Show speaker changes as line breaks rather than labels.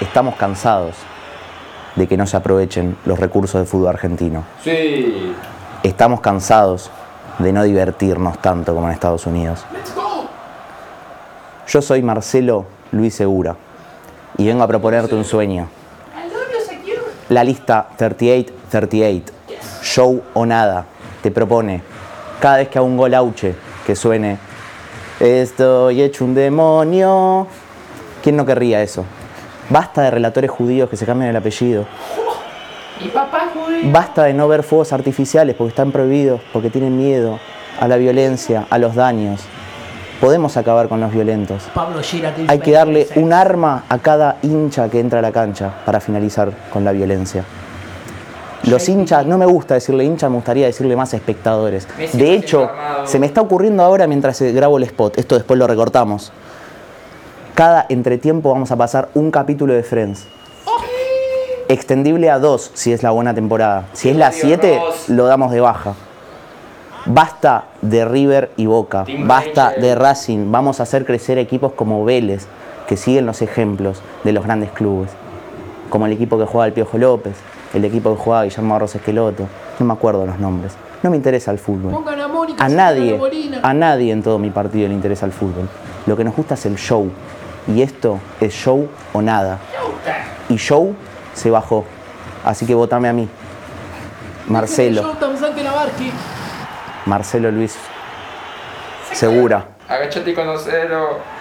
estamos cansados de que no se aprovechen los recursos del fútbol argentino.
Sí.
Estamos cansados de no divertirnos tanto como en Estados Unidos. Yo soy Marcelo Luis Segura y vengo a proponerte un sueño. La lista 3838, show o nada, te propone cada vez que a un gol auche que suene, estoy hecho un demonio. ¿Quién no querría eso? Basta de relatores judíos que se cambian el apellido.
Mi papá es judío.
Basta de no ver fuegos artificiales porque están prohibidos, porque tienen miedo a la violencia, a los daños. Podemos acabar con los violentos.
Pablo Gira,
Hay que darle un arma a cada hincha que entra a la cancha para finalizar con la violencia. Los hinchas, no me gusta decirle hincha, me gustaría decirle más espectadores.
Messi
De
más
hecho,
encarnado.
se me está ocurriendo ahora mientras eh, grabo el spot, esto después lo recortamos. Cada entretiempo vamos a pasar un capítulo de Friends. Extendible a dos si es la buena temporada. Si es la
Dios.
7, lo damos de baja. Basta de River y Boca,
Team
basta
Rangers.
de Racing, vamos a hacer crecer equipos como Vélez, que siguen los ejemplos de los grandes clubes, como el equipo que juega el Piojo López, el equipo que juega Guillermo Arroz Esqueloto, no me acuerdo los nombres, no me interesa el fútbol.
Pongan a Mónica.
A
Silvia
nadie,
Bolina.
a nadie en todo mi partido le interesa el fútbol. Lo que nos gusta es el show, y esto es show o nada. Y show se bajó, así que votame a mí, Marcelo.
Jonathan Sánchez Navarski.
Marcelo Luis Segura.
Agachate y conocelo.